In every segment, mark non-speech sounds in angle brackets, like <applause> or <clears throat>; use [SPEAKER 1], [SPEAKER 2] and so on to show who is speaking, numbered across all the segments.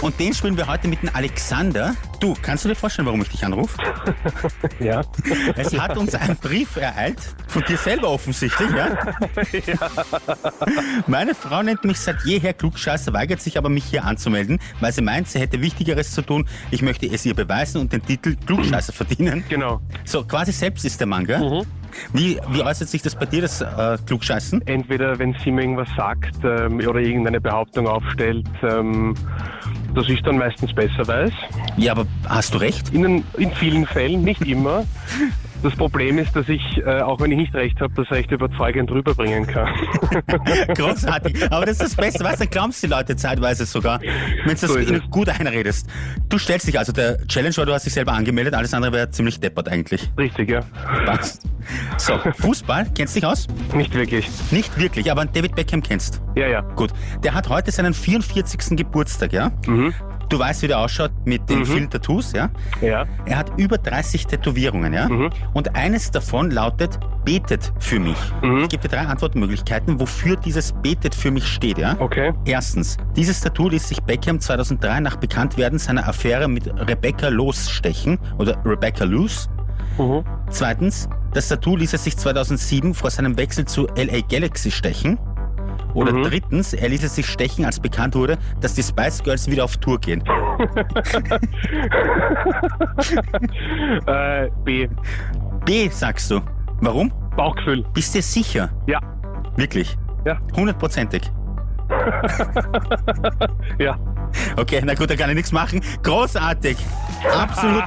[SPEAKER 1] Und den spielen wir heute mit dem Alexander. Du, kannst du dir vorstellen, warum ich dich anrufe?
[SPEAKER 2] Ja.
[SPEAKER 1] Es hat uns ein Brief ereilt, von dir selber offensichtlich, ja? Meine Frau nennt mich seit jeher Klugscheißer, weigert sich aber, mich hier anzumelden, weil sie meint, sie hätte Wichtigeres zu tun. Ich möchte es ihr beweisen und den Titel Klugscheißer verdienen.
[SPEAKER 2] Genau.
[SPEAKER 1] So, quasi selbst ist der Mann, gell?
[SPEAKER 2] Mhm.
[SPEAKER 1] Wie, wie äußert sich das bei dir, das äh, Klugscheißen?
[SPEAKER 2] Entweder wenn sie mir irgendwas sagt ähm, oder irgendeine Behauptung aufstellt, ähm, dass ich dann meistens besser weiß.
[SPEAKER 1] Ja, aber hast du recht?
[SPEAKER 2] In, den- in vielen Fällen, nicht immer. Das Problem ist, dass ich, äh, auch wenn ich nicht recht habe, das Recht überzeugend rüberbringen kann. <laughs>
[SPEAKER 1] <laughs> Großartig. Aber das ist das Beste, weißt du, dann glauben die Leute zeitweise sogar, wenn du
[SPEAKER 2] So
[SPEAKER 1] das
[SPEAKER 2] ist
[SPEAKER 1] ihnen
[SPEAKER 2] es.
[SPEAKER 1] gut einredest. Du stellst dich also der Challenge, weil du hast dich selber angemeldet, alles andere wäre ziemlich deppert eigentlich.
[SPEAKER 2] Richtig, ja.
[SPEAKER 1] Passt. So, Fußball, kennst dich aus?
[SPEAKER 2] Nicht wirklich.
[SPEAKER 1] Nicht wirklich, aber David Beckham kennst.
[SPEAKER 2] Ja, ja.
[SPEAKER 1] Gut, der hat heute seinen 44. Geburtstag, ja?
[SPEAKER 2] Mhm.
[SPEAKER 1] Du weißt, wie der ausschaut mit den vielen Tattoos, ja?
[SPEAKER 2] Ja.
[SPEAKER 1] Er hat über 30 Tätowierungen, ja?
[SPEAKER 2] Mhm.
[SPEAKER 1] Und eines davon lautet, betet für mich.
[SPEAKER 2] Mhm.
[SPEAKER 1] Ich gebe dir drei Antwortmöglichkeiten, wofür dieses betet für mich steht, ja?
[SPEAKER 2] Okay.
[SPEAKER 1] Erstens, dieses Tattoo ließ sich Beckham 2003 nach Bekanntwerden seiner Affäre mit Rebecca losstechen oder Rebecca Loose.
[SPEAKER 2] Mhm.
[SPEAKER 1] Zweitens, das Tattoo ließ er sich 2007 vor seinem Wechsel zu LA Galaxy stechen. Oder
[SPEAKER 2] Mhm.
[SPEAKER 1] drittens, er ließ es sich stechen, als bekannt wurde, dass die Spice Girls wieder auf Tour gehen.
[SPEAKER 2] Äh, B.
[SPEAKER 1] B, sagst du. Warum?
[SPEAKER 2] Bauchgefühl.
[SPEAKER 1] Bist du sicher?
[SPEAKER 2] Ja.
[SPEAKER 1] Wirklich?
[SPEAKER 2] Ja.
[SPEAKER 1] Hundertprozentig.
[SPEAKER 2] Ja.
[SPEAKER 1] Okay, na gut, da kann ich nichts machen. Großartig. Absolut.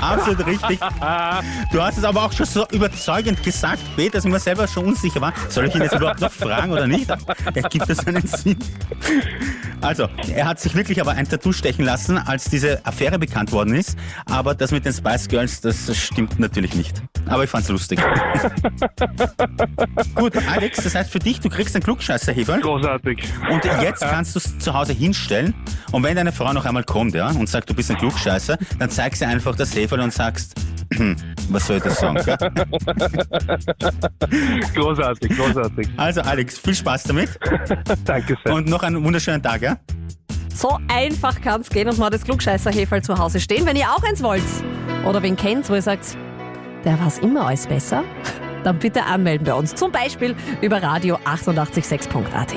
[SPEAKER 1] absolut richtig. Du hast es aber auch schon so überzeugend gesagt, B, dass ich mir selber schon unsicher war. Soll ich ihn jetzt überhaupt noch fragen oder nicht? Er gibt das einen Sinn. Also, er hat sich wirklich aber ein Tattoo stechen lassen, als diese Affäre bekannt worden ist. Aber das mit den Spice Girls, das stimmt natürlich nicht. Aber ich fand's lustig. Gut, Alex, das heißt für dich, du kriegst einen Klugscheißer-Heferl.
[SPEAKER 2] Großartig. <laughs>
[SPEAKER 1] Und jetzt kannst du es zu Hause hinstellen und wenn deine Frau noch einmal kommt ja, und sagt, du bist ein Klugscheißer, dann zeigst du ihr einfach das Heferl und sagst, <clears throat> was soll ich das sagen? gell?
[SPEAKER 2] Großartig, großartig.
[SPEAKER 1] Also Alex, viel Spaß damit
[SPEAKER 2] Danke sehr.
[SPEAKER 1] und noch einen wunderschönen Tag. Ja?
[SPEAKER 3] So einfach kann's gehen und mal das Klugscheißer-Heferl zu Hause stehen, wenn ihr auch eins wollt. Oder wen kennt, wo ihr sagt, der war's immer alles besser, <laughs> dann bitte anmelden bei uns. Zum Beispiel über radio 886.at.